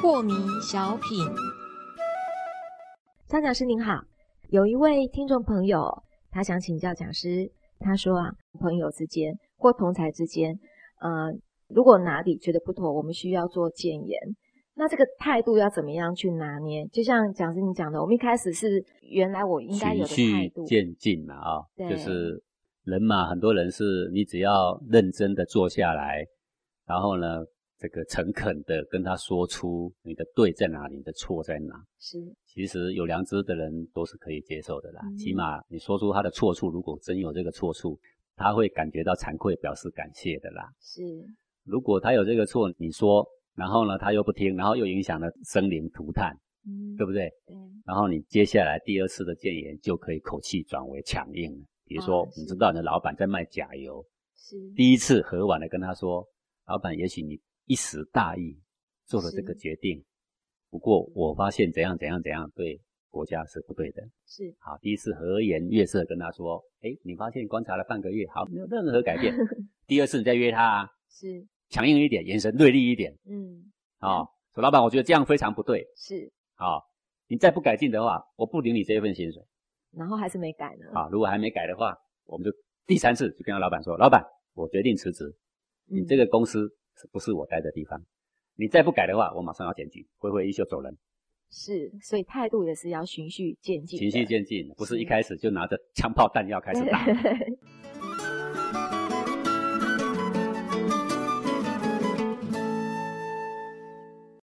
破迷小品，张讲师您好，有一位听众朋友，他想请教讲师，他说啊，朋友之间或同才之间，呃，如果哪里觉得不妥，我们需要做谏言，那这个态度要怎么样去拿捏？就像讲师你讲的，我们一开始是原来我应该有循的态序度，渐进嘛啊、对就是人嘛，很多人是你只要认真的坐下来，然后呢，这个诚恳的跟他说出你的对在哪里，你的错在哪。是其实有良知的人都是可以接受的啦，嗯起码你说出他的错处，如果真有这个错处，他会感觉到惭愧，表示感谢的啦。是，如果他有这个错，你说，然后呢，他又不听，然后又影响了生灵涂炭，嗯，对不对？对？然后你接下来第二次的谏言就可以口气转为强硬了。比如说啊，是你知道你的老板在卖假油，是第一次和婉的跟他说，老板，也许你一时大意做了这个是决定，不过我发现怎样怎样怎样对国家是不对的。是好，第一次和颜悦色跟他说，哎，你发现观察了半个月，好，没有任何改 变。第二次你再约他、啊，是，强硬一点，眼神锐利一点嗯，啊、说老板，我觉得这样非常不对是，啊、你再不改进的话，我不领你这一份薪水。然后还是没改呢，啊，如果还没改的话，我们就第三次就跟他老板说，老板，我决定辞职，你嗯这个公司是不是我待的地方？你再不改的话，我马上要检举，挥挥衣袖走人，是，所以态度也是要循序渐进的，循序渐进，不是一是开始就拿着枪炮弹药开始打。对